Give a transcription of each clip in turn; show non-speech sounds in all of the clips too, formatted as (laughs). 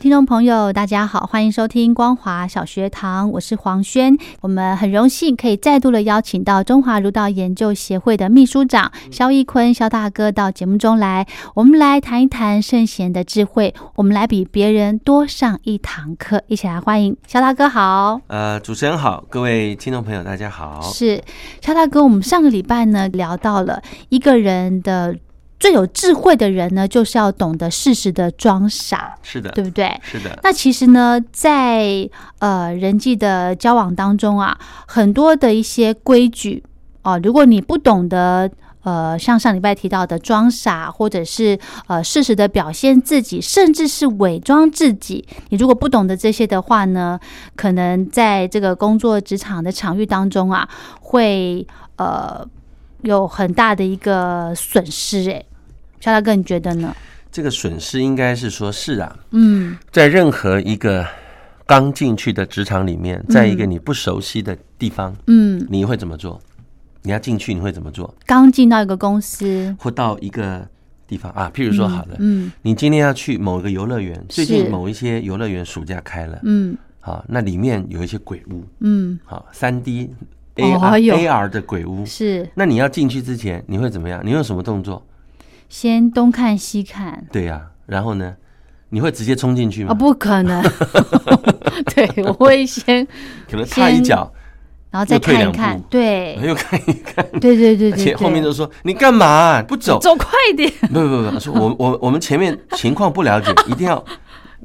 听众朋友，大家好，欢迎收听光华小学堂，我是黄轩。我们很荣幸可以再度的邀请到中华儒道研究协会的秘书长肖一坤肖大哥到节目中来，我们来谈一谈圣贤的智慧，我们来比别人多上一堂课，一起来欢迎肖大哥好。呃，主持人好，各位听众朋友，大家好。是肖大哥，我们上个礼拜呢聊到了一个人的最有智慧的人呢，就是要懂得适时的装傻，是的，对不对？是的，那其实呢，在呃人际的交往当中啊，很多的一些规矩哦、如果你不懂得。呃，像上礼拜提到的装傻，或者是呃适时的表现自己，甚至是伪装自己，你如果不懂得这些的话呢，可能在这个工作职场的场域当中啊，会呃有很大的一个损失、欸。哎，肖大哥，你觉得呢？这个损失应该是说是啊，嗯，在任何一个刚进去的职场里面，在一个你不熟悉的地方，嗯，你会怎么做？你要进去你会怎么做？刚进到一个公司，或到一个地方啊，譬如说好了，嗯你今天要去某个游乐园，最是近某一些游乐园暑假开了，嗯啊，那里面有一些鬼屋，嗯，啊，三 D 哎 AR 呦 AR 的鬼屋。是那你要进去之前，你会怎么样？你有什么动作？先东看西看对呀、然后呢？你会直接冲进去啊、吗？不可 (laughs) 能，对我会先，可能踏一先脚，然后再又退看一两看，步对然后又看一看，对对对 (laughs) 而对且后面对就说你干嘛啊、不走？走快一点，不不不不，说我我我们前面情况不了解，一定要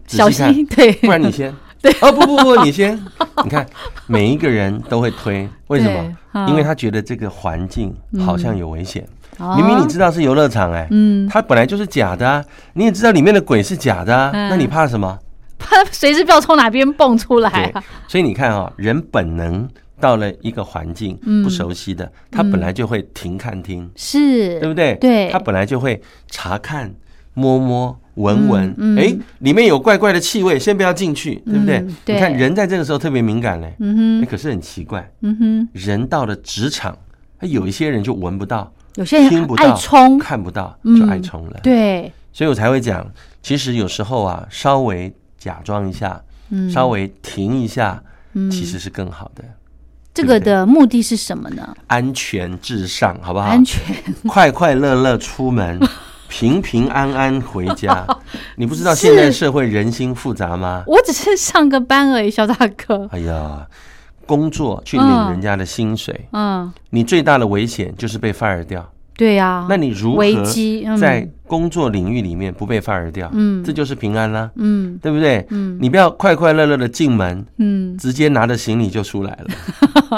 仔小细看，心，对，不然你先。对，哦不不不，你先。你看，每一个人都会推，为什对么？嗯因为他觉得这个环境好像有危险。哦明明你知道是游乐场，哎，嗯，它本来就是假的啊，你也知道里面的鬼是假的啊，嗯那你怕什么？怕随时不知道从哪边蹦出来 (laughs) 对啊，，所以你看啊、人本能到了一个环境嗯不熟悉的，他本来就会停看听，是，对不对？嗯对他本来就会查看、摸摸、闻闻，哎、嗯嗯里面有怪怪的气味，先不要进去，对不对？嗯对你看人在这个时候特别敏感嘞、嗯哎哼，可是很奇怪，嗯哼，人到了职场，哎有一些人就闻不到、有些人听不到爱冲，看不到，嗯就爱冲了。对，所以我才会讲，其实有时候啊，稍微假装一下，嗯，稍微停一下，嗯其实是更好的。这对不个对的目的是什么呢？安全至上，好不好？安全， (laughs) 快快乐乐出门，平平安安回 (laughs) 家。你不知道现在社会人心复杂吗？我只是上个班而已，肖大哥，哎呀，工作去领人家的薪水，嗯，你最大的危险就是被 fire 掉。对呀，那你如危何机，嗯在工作领域里面不被 fire 掉？嗯这就是平安啦，嗯对不对？嗯你不要快快乐乐的进门，嗯，直接拿着行李就出来 了。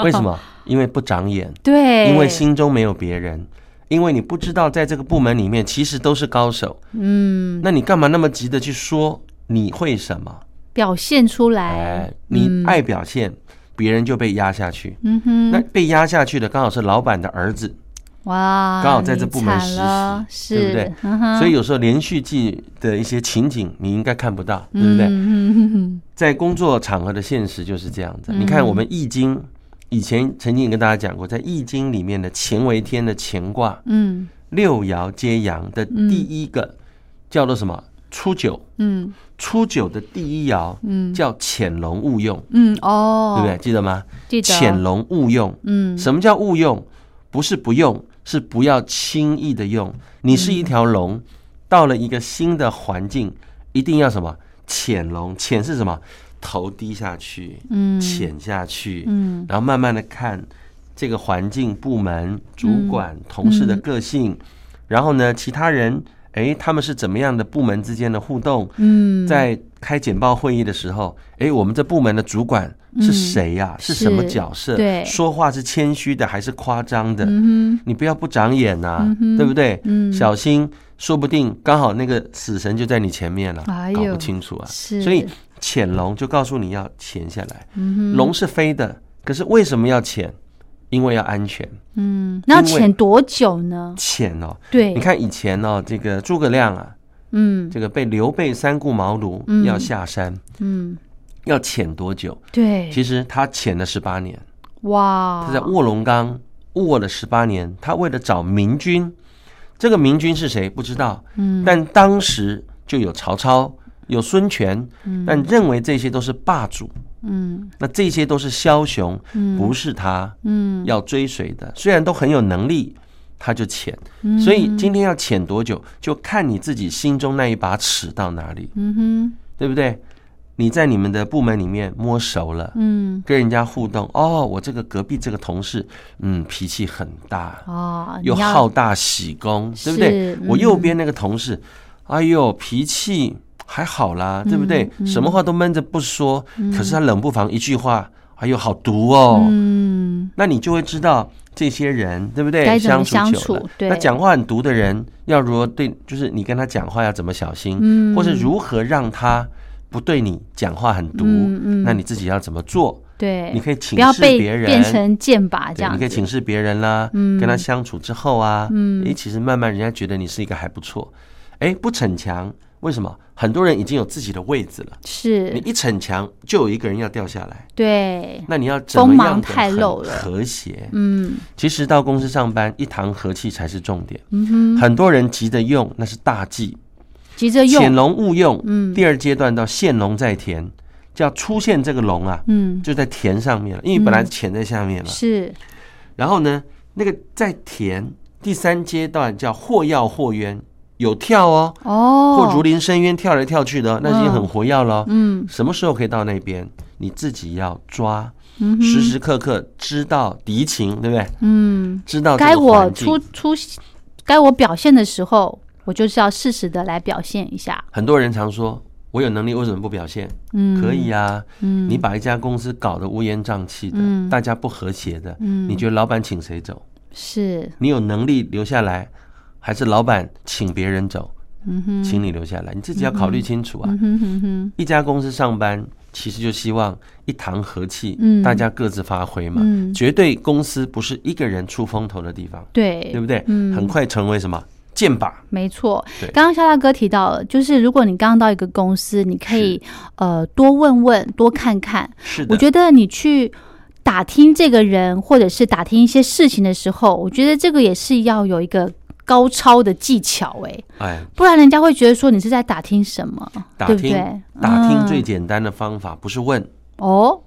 (laughs) 为什么？因为不长眼。对，因为心中没有别人，因为你不知道在这个部门里面其实都是高手，嗯那你干嘛那么急的去说你会什么？表现出来哎，，你嗯爱表现，别人就被压下去。嗯哼，那被压下去的刚好是老板的儿子，哇，刚好在这部门实习你惨了是对不对？嗯哼所以有时候连续剧的一些情景你应该看不到，对不对？嗯在工作场合的现实就是这样子。啊你看我们《易经》，以前曾经也跟大家讲过，在《易经》里面的乾为天的乾卦，嗯六爻皆阳的第一个、叫做什么？初九，嗯初九的第一爻嗯叫潜龙勿用，嗯哦，对不对？记得吗？对？记得潜，龙勿用，嗯什么叫勿用？不是不用，是不要轻易的用。你是一条嗯龙，到了一个新的环境，一定要什么？潜龙，潜是什么？头低下去，嗯潜下去，嗯然后慢慢的看，这个环境、部门、嗯主管、同事的个性，然后呢，其他人，哎，他们是怎么样的部门之间的互动？嗯，在开简报会议的时候，哎，我们这部门的主管是谁呀、是什么嗯是角色？对说话是谦虚的还是夸张的？嗯你不要不长眼呐、哼对不对？嗯小心，说不定刚好那个死神就在你前面了，哎搞呦不清楚啊哼，。是，所以潜龙就告诉你要潜下来，嗯哼龙是飞的，可是为什么要潜？因为要安全，嗯，那要因为潜多久呢？潜哦。对，你，看以前哦，这个诸葛亮啊，嗯这个被刘备三顾茅庐嗯要下山，嗯，要潜多久？对，哦其实他潜了十八年，哇，他在卧龙岗卧了十八年，他为了找明君，这个明君是谁不知道，嗯，但当时就有曹操，有孙权，但认为这些都是霸主，嗯那这些都是枭雄，嗯不是他嗯，要追随的。虽然都很有能力，他就潜。嗯所以今天要潜多久，就看你自己心中那一把尺到哪里，嗯哼，对不对？你在你们的部门里面摸熟了，嗯跟人家互动，哦，我这个隔壁这个同事，嗯，脾气很大，哦，又你要好大喜功，对不对？是嗯我右边那个同事，哎呦，脾气还好啦，嗯对不对？什么话都闷着不说，可是他冷不防一句话，哎呦，好毒哦。嗯那你就会知道这些人，对不对？该怎么哎相相处久了对那讲话很毒的人，要如何对？就是你跟他讲话要怎么小心，嗯或是如何让他不对你讲话很毒，嗯嗯那你自己要怎么做？对，你可以不请要示被别人，变成剑拔这对，样你子，可以请示别人啦，嗯跟他相处之后啊，嗯诶，其实慢慢人家觉得你是一个还不错，诶，不逞强，为什么？很多人已经有自己的位置了，你是，一逞强，就有一个人要掉下来，对，那你要怎么样锋芒的太露了和谐？嗯其实到公司上班，一堂和气才是重点。嗯哼，很多人急着用，那是大忌，急着用，潜龙勿用。嗯第二阶段到现龙在田，叫出现这个龙啊，嗯，就在田上面了，因为本来潜在下面嘛。是，然后呢，那个在田第三阶段叫或跃或渊，有跳哦，哦，或如临深渊跳来跳去的哦，那已经很活跃了哦。嗯什么时候可以到那边？你自己要抓，嗯哼时时刻刻知道敌情，对不对？嗯，知道这个该我环境出出，该我表现的时候，我就是要适时的来表现一下，很多人常说，我有能力为什么不表现？嗯，可以啊，嗯，你把一家公司搞得乌烟瘴气的，嗯大家不和谐的，嗯你觉得老板请谁走？是，你有能力留下来，还是老板请别人走，嗯哼，请你留下来？你自己要考虑清楚啊。嗯哼哼哼，一家公司上班，其实就希望一堂和气，嗯大家各自发挥嘛。嗯绝对公司不是一个人出风头的地方，对，对不对？嗯很快成为什么箭靶？没错对，刚刚肖大哥提到了，就是如果你刚到一个公司，你可以呃多问问、多看看。是的，我觉得你去打听这个人，或者是打听一些事情的时候，我觉得这个也是要有一个高超的技巧、诶，哎，不然人家会觉得说你是在打听什么，打对听不对？打听嗯最简单的方法不是问，哦，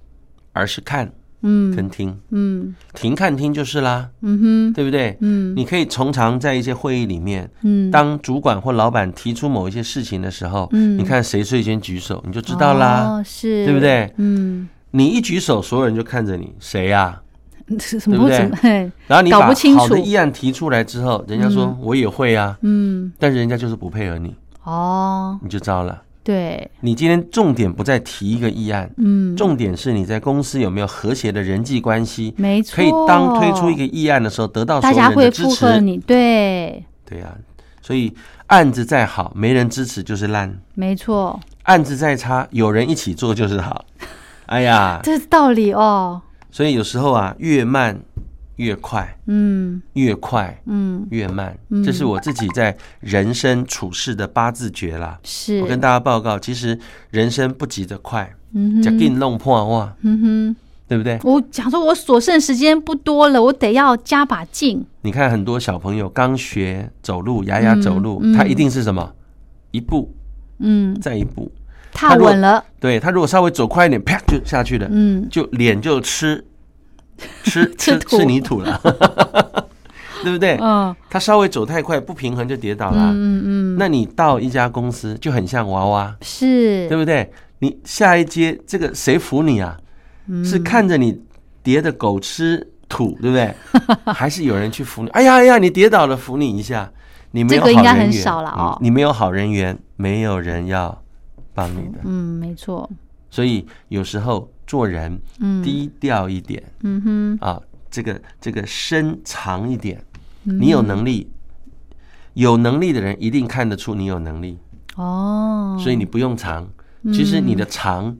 而是看嗯跟听，嗯听看听就是啦，嗯哼，对不对？嗯你可以常常在一些会议里面，嗯，当主管或老板提出某一些事情的时候，嗯你看谁最先举手，你就知道啦。哦，是，对不对？嗯， (laughs) 你一举手，所有人就看着你，谁呀、什对不么对怎么？嘿然后你搞把不清好的楚议案提出来之后，人家说我也会啊，嗯，但是人家就是不配合你，哦，你就糟了。对，你今天重点不再提一个议案，嗯，重点是你在公司有没有和谐的人际关系，没错，可以当推出一个议案的时候得到所大有家人的会支附和持。你，对，对啊，所以案子再好，没人支持就是烂；没错，案子再差，有人一起做就是好。 (laughs) 哎呀，这是道理哦。所以有时候啊，越慢越快，嗯越快嗯，越慢嗯，这是我自己在人生处事的八字诀啦。是我，跟大家报告，其实人生不急着快，嗯叫哼，硬弄破哇，嗯对不对哼，？我想说，我所剩时间不多了，我得要加把劲。你看很多小朋友刚学走路，牙牙走路，嗯嗯他一定是什么一步嗯，再一步，踏稳了，对他如果稍微走快一点，啪就下去了，嗯，就脸 (laughs) 就吃吃吃吃土吃泥土了， (laughs) 对不对？嗯他稍微走太快，不平衡就跌倒嗯哎啦。嗯嗯，那你到一家公司就很像娃娃，对是，不对？嗯你下一阶这个谁扶你啊？是看着你叠的狗吃土，对 (laughs) 不对？还是有人去扶你。哎呀哎呀，你跌倒了，扶你一下。你没有这个应该好人很缘少了哦嗯你没有好人缘，没有人要帮你的。嗯，没错，所以有时候做人嗯低调一点、嗯哼，啊，这个这个深藏一点。嗯你有能力，有能力的人一定看得出你有能力，哦，所以你不用藏。嗯其实你的藏，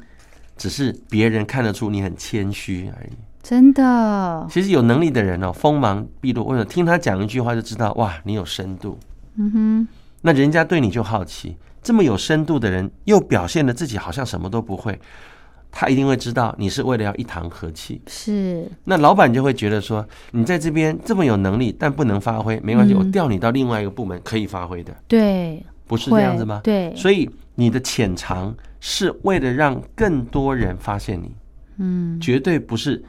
只是别人看得出你很谦虚而已。真的，其实有能力的人哦，锋芒毕露，为了听他讲一句话就知道，哇，你有深度。嗯哼，那人家对你就好奇，这么有深度的人，又表现的自己好像什么都不会，他一定会知道你是为了要一堂和气。是，那老板就会觉得说，你在这边这么有能力，但不能发挥，没关系，嗯我调你到另外一个部门可以发挥的，对，不是这会样子吗？对，所以你的潜藏是为了让更多人发现你，嗯绝对不是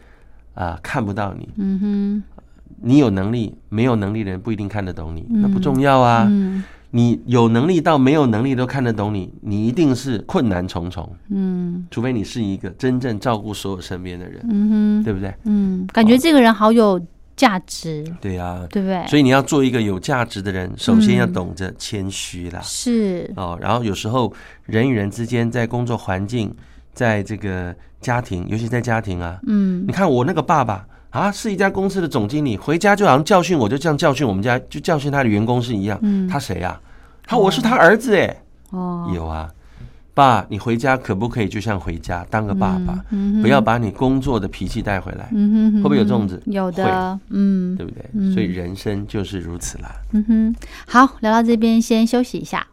啊、看不到你。嗯哼，你有能力，没有能力的人不一定看得懂你，嗯那不重要啊。嗯你有能力到没有能力都看得懂你，你一定是困难重重，嗯除非你是一个真正照顾所有身边的人，嗯哼，对不对？嗯，感觉这个人好有价值，对呀、对不对？所以你要做一个有价值的人，首先要嗯懂得谦虚啦。是，哦，然后有时候人与人之间在工作环境，在这个家庭，尤其在家庭啊，嗯你看我那个爸爸啊，是一家公司的总经理，回家就好像教训我，就这样教训我们家，就教训他的员工是一样。嗯他谁啊？他我是他儿子哎、哦，有啊，爸，你回家可不可以就像回家当个爸爸，嗯哼不要把你工作的脾气带回来，嗯哼，会不会有这种子有会的，嗯对不对？嗯所以人生就是如此啦。嗯哼，好，聊到这边先休息一下。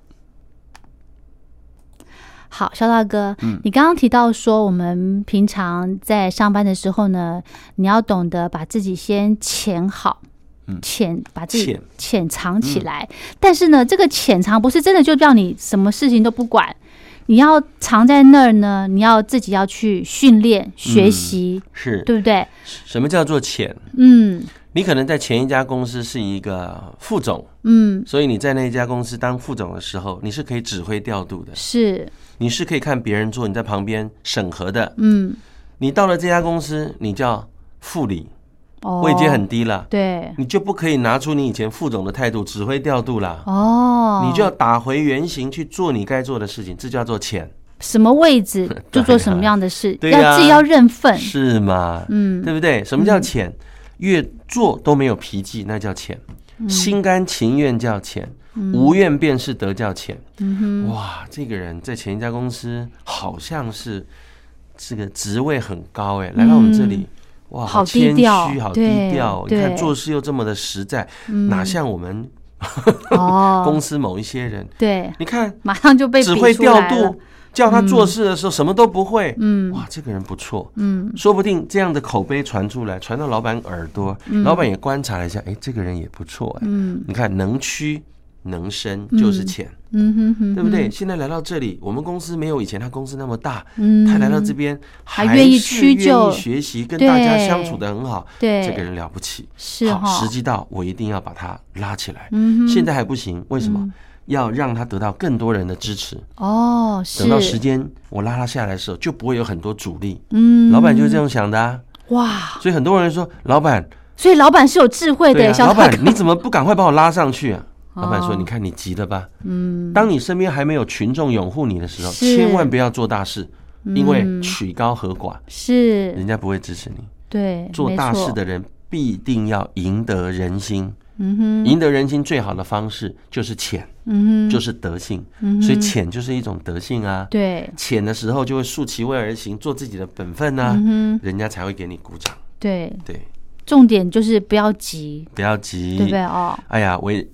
好，肖大哥，嗯你刚刚提到说，我们平常在上班的时候呢，你要懂得把自己先潜好，嗯潜把自己潜潜藏起来。嗯但是呢，这个潜藏不是真的就让你什么事情都不管，你要藏在那儿呢，你要自己要去训练、学习，是对不对？什么叫做潜？嗯你可能在前一家公司是一个副总，嗯，所以你在那一家公司当副总的时候，你是可以指挥调度的，是，你是可以看别人做，你在旁边审核的。嗯，你到了这家公司，你叫副理，哦，位阶很低了，对，你就不可以拿出你以前副总的态度指挥调度啦。哦，你就要打回原形去做你该做的事情，这叫做潜，什么位置就做什么样的事， (laughs) 对呀要自己要认份。是吗？嗯对不对？什么叫潜？越做都没有脾气，那叫潜；嗯心甘情愿叫潜，无怨便是德叫潜。嗯哇，这个人在前一家公司好像是这个职位很高哎，来到我们这里。哇，嗯好低谦虚，调好低对调哦。你看对嗯做事又这么的实在，哪像我们公哦，司某一些人？对，你看马上就被只比会出调来了度，叫他做事的时候什么都不会。嗯哇，这个人不错，嗯，说不定这样的口碑传出来，传到老板耳朵，老板也观察了一下，哎，这个人也不错，哎，嗯你看能屈能伸就是浅，嗯哼哼，对不对？现在来到这里，我们公司没有以前他公司那么大，嗯，他来到这边还是愿愿意屈就学习，跟对大家相处的很好，对这个人了不起，是好，哈时，机到，我一定要把他拉起来。嗯现哼，在还不行，为什么？要让他得到更多人的支持，哦，等到时是，间我拉他下来的时候，就不会有很多阻力。嗯，老板就是这样想的、啊，哇，所以很多人说，老板，所以老板是有智慧的，啊，小老大板哥，你怎么不赶快把我拉上 (laughs) 去啊？哦老板说：“你看你急了吧？嗯，当你身边还没有群众拥护你的时候，是嗯千万不要做大事，因为曲高和寡，是人家不会支持你。对，做没大错事，的人必定要赢得人心，嗯哼，赢得人心最好的方式就是潜，嗯哼，就是德性。嗯所以哼潜就是一种德性啊。对，潜的时候就会竖其位而行，做自己的本分呐、啊，嗯哼，人家才会给你鼓掌。对，对，重点就是不要急，不要急，对不对？哦，哎呀，伪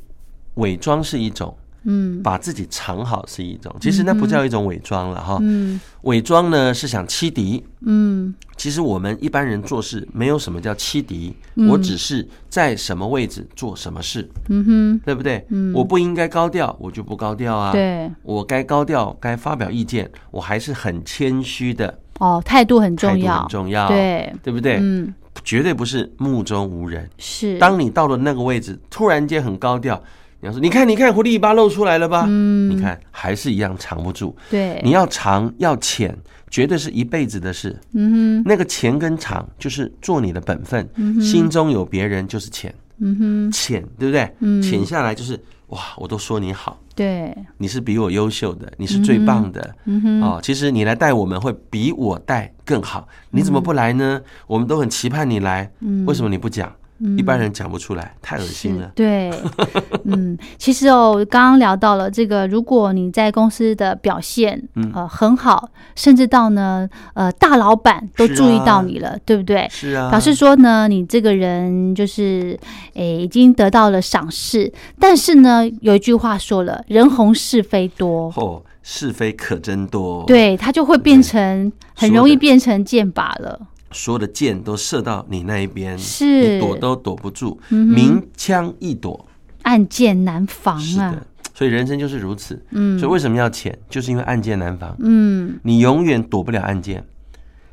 伪装是一种，嗯把自己藏好是一种，其实那不叫一种伪装了哈。嗯伪装呢是想欺敌，嗯，其实我们一般人做事没有什么叫欺敌，我只是在什么位置做什么事，嗯哼，对不对？我不应该高调，我就不高调啊。嗯对。我该高调，该发表意见，我还是很谦虚的，哦，态度很态重度要，很重要，对，对不对？嗯，绝对不是目中无人。是，当你到了那个位置，突然间很高调，你要说：“你看，你看，狐狸尾巴露出来了吧？”嗯，你看还是一样藏不住。对，你要长要浅，绝对是一辈子的事。嗯哼，那个钱跟场就是做你的本分，心中有别人就是钱。嗯哼，浅对不对？嗯，浅下来就是哇，我都说你好，对，你是比我优秀的，你是最棒的。嗯哼，哦，其实你来带我们会比我带更好。你怎么不来呢？我们都很期盼你来，为什么你不讲？一般人讲不出来，太恶心是了。对， (laughs) 嗯，其实哦，刚刚聊到了这个，如果你在公司的表现，嗯呃，很好，甚至到呢，呃，大老板都是注意啊到你了，对不对？是啊，表示说呢，你这个人就是，诶，已经得到了赏识，但是呢，有一句话说了，人红是非多，哦，是非可真多。，对他就会变成很容易说得变成箭靶了，说的箭都射到你那一边，是你躲都躲不住，明枪易躲。暗箭难防是啊的，，所以人生就是如此。嗯，所以为什么要钱？就是因为暗箭难防，嗯，你永远躲不了暗箭。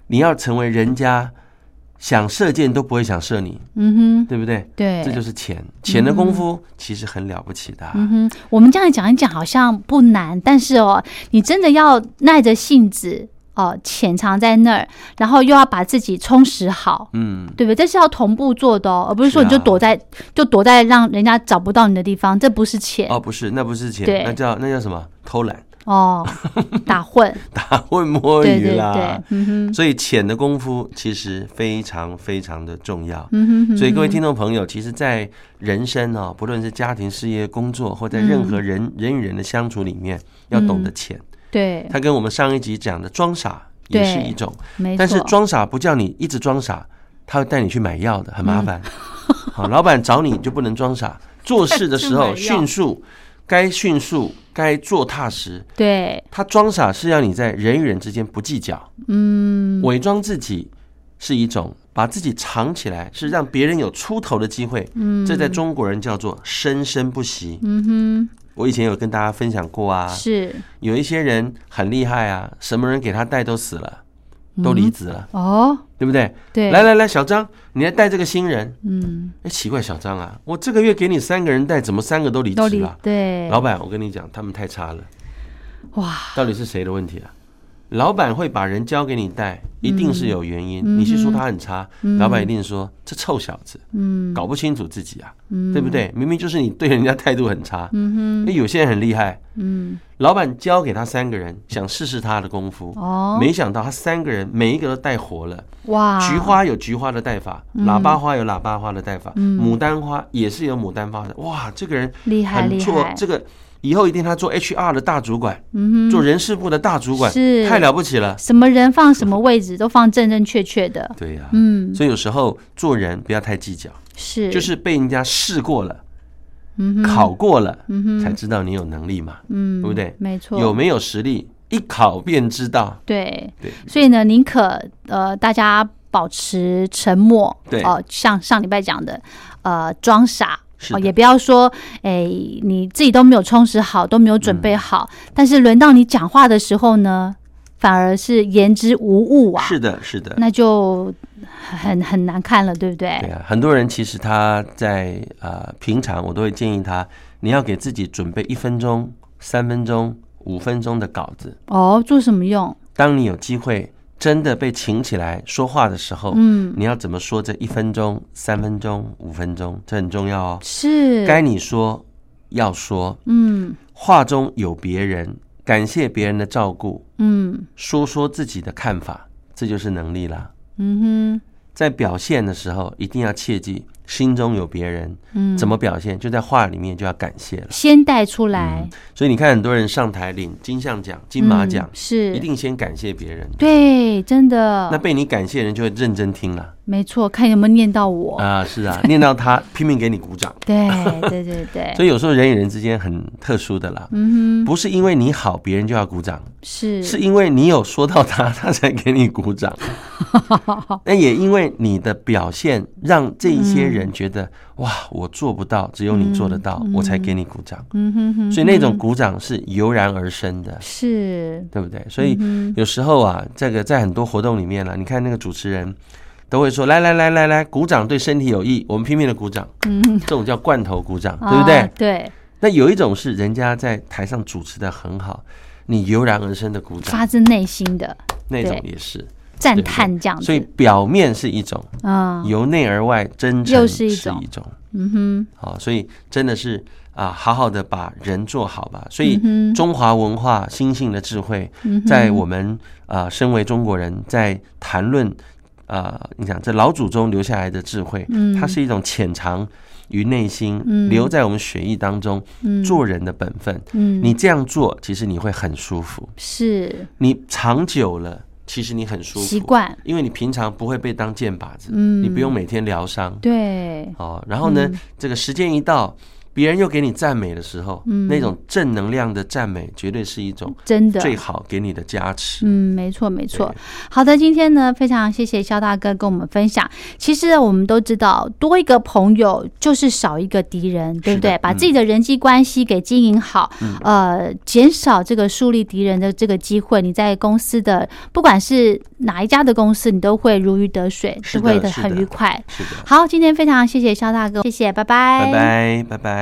你要成为人家想射箭都不会想射你，嗯哼，对不对？对，这就是钱，钱的功夫其实很了不起的啊、嗯哼，我们这样讲一讲好像不难，但是哦，你真的要耐着性子哦，潜藏在那儿，然后又要把自己充实好，嗯，对不对？这是要同步做的哦，而不是说是啊你就躲在、就躲在让人家找不到你的地方，这不是潜哦，不是，那不是钱，对那叫那叫什么？偷懒、 (laughs) 哦，打混，打混摸对鱼对啦。对，嗯哼，所以浅的功夫其实非常非常的重要。嗯哼哼，所以各位听众朋友，其实，在人生啊、不论是家庭、事业、工作，或在任何人、人与人的相处里面，要懂得浅。嗯对，它跟我们上一集讲的装傻也是对一种，没错，但是装傻不叫你一直装傻，他会带你去买药的，很麻烦。嗯 (laughs) 好，老板找你就不能装傻，做事的 (laughs) 时去买候药迅速，该迅速，该做踏实。对，他装傻是要你在人与人之间不计较，嗯，伪装自己是一种把自己藏起来，是让别人有出头的机会，嗯，这在中国人叫做生生不息。嗯我以前有跟大家分享过啊哼，，是有一些人很厉害啊，什么人给他带都死了，都离职了，哦，对不对？嗯对，来来来，小张，你来带这个新人，嗯，哎，奇怪，小张啊，我这个月给你三个人带，怎么三个都离都职啊离了、对，老板，我跟你讲，他们太差了。哇，到底是谁的问题啊？老板会把人交给你带，一定是有原因。你去说他很差，老板一定说这臭小子，嗯，搞不清楚自己啊，对不对？明明就是你对人家态度很差，嗯哼，有些人很厉害，嗯，老板交给他三个人，想试试他的功夫，哦，没想到他三个人每一个都带活了。哇，菊花有菊花的带法，喇叭花有喇叭花的带法，牡丹花也是有牡丹花的。哇，这个人厉害很厉做害，嗯这个以后一定他做 HR 的大主管，做人事部的大主管，是太了不起了。什么人放什么位置都放正正确确的，对呀、嗯，所以有时候做人不要太计较，是，就是被人家试过了，考过了，才知道你有能力嘛，嗯，对不对？没错，有没有实力，一考便知道。对，对所以呢，宁可呃大家保持沉默，对哦、像上礼拜讲的，呃，装傻。是哦，的也不要说，哎，你自己都没有充实好，都没有准备好，嗯但是轮到你讲话的时候呢，反而是言之无物啊，是的，是的。那就很很难看了，对不对？对啊，很多人其实他在呃平常，我都会建议他，你要给自己准备一分钟、三分钟、五分钟的稿子。哦，做什么用？当你有机会真的被请起来说话的时候，嗯，你要怎么说这一分钟、三分钟、五分钟，这很重要哦。是，该你说要说，嗯话中有别人，感谢别人的照顾，嗯说说自己的看法，这就是能力啦。嗯在表现的时候，一定要切记心中有别人，嗯怎么表现，就在话里面就要感谢了哼，。先带出来，所以你看，很多人上台领金像奖、嗯金马奖嗯，是一定先感谢别人，对，真那的，被你感谢的人就会认真听了。没错，看有没有念到我。啊，是啊，念到他拼命给你鼓掌。对对对 (laughs) 对， (laughs) 所以有时候人与人之间很特殊的啦，嗯不是因为你好别人就要鼓掌，哼，是是因为你有说到他，他才给你 (laughs) 鼓掌。那也因为你的表现，让这一些嗯人觉得、哇，我做不到，只有你做得到，我才给你鼓掌。嗯哼哼，所以那种鼓掌是油然而生的，是嗯对不对？所以有时候啊，这个在很多活动里面了、啊你看那个主持人都会说：“来来来来来，鼓掌对身体有益。”我们拼命的鼓掌，嗯这种叫罐头鼓掌，对不啊对？对，那有一种是人家在台上主持的很好，你油然而生的鼓掌，发自内心的，那种也是赞叹这样子，所以表面是一种，嗯由内而外真诚又是是一一种种，嗯哼，好、所以真的是啊，好好的把人做好吧。所以嗯哼中华文化心性的智慧，嗯哼在我们啊、身为中国人，在谈论啊、你想这老祖宗留下来的智慧，嗯它是一种潜藏于内心，嗯留在我们血液当中嗯做人的本分。嗯你这样做，其实你会很舒服。是你长久了，其实你很舒服，习，惯，因为你平常不会被当箭靶子，嗯，你不用每天疗伤。对，哦，然后呢，这个时间一到，别人又给你赞美的时候，嗯那种正能量的赞美，绝对是一种真的最好给你的加持。嗯，没错，没错对。好的，今天呢，非常谢谢肖大哥跟我们分享。其实我们都知道，多一个朋友就是少一个敌人，对不是的嗯对？把自己的人际关系给经营好，呃，减少这个树立敌人的这个机会。你在公司的，不管是哪一家的公司，你都会如鱼得水，是都会的是很的愉快。是的，好，今天非常谢谢肖大哥，谢谢，拜拜，拜拜，拜拜。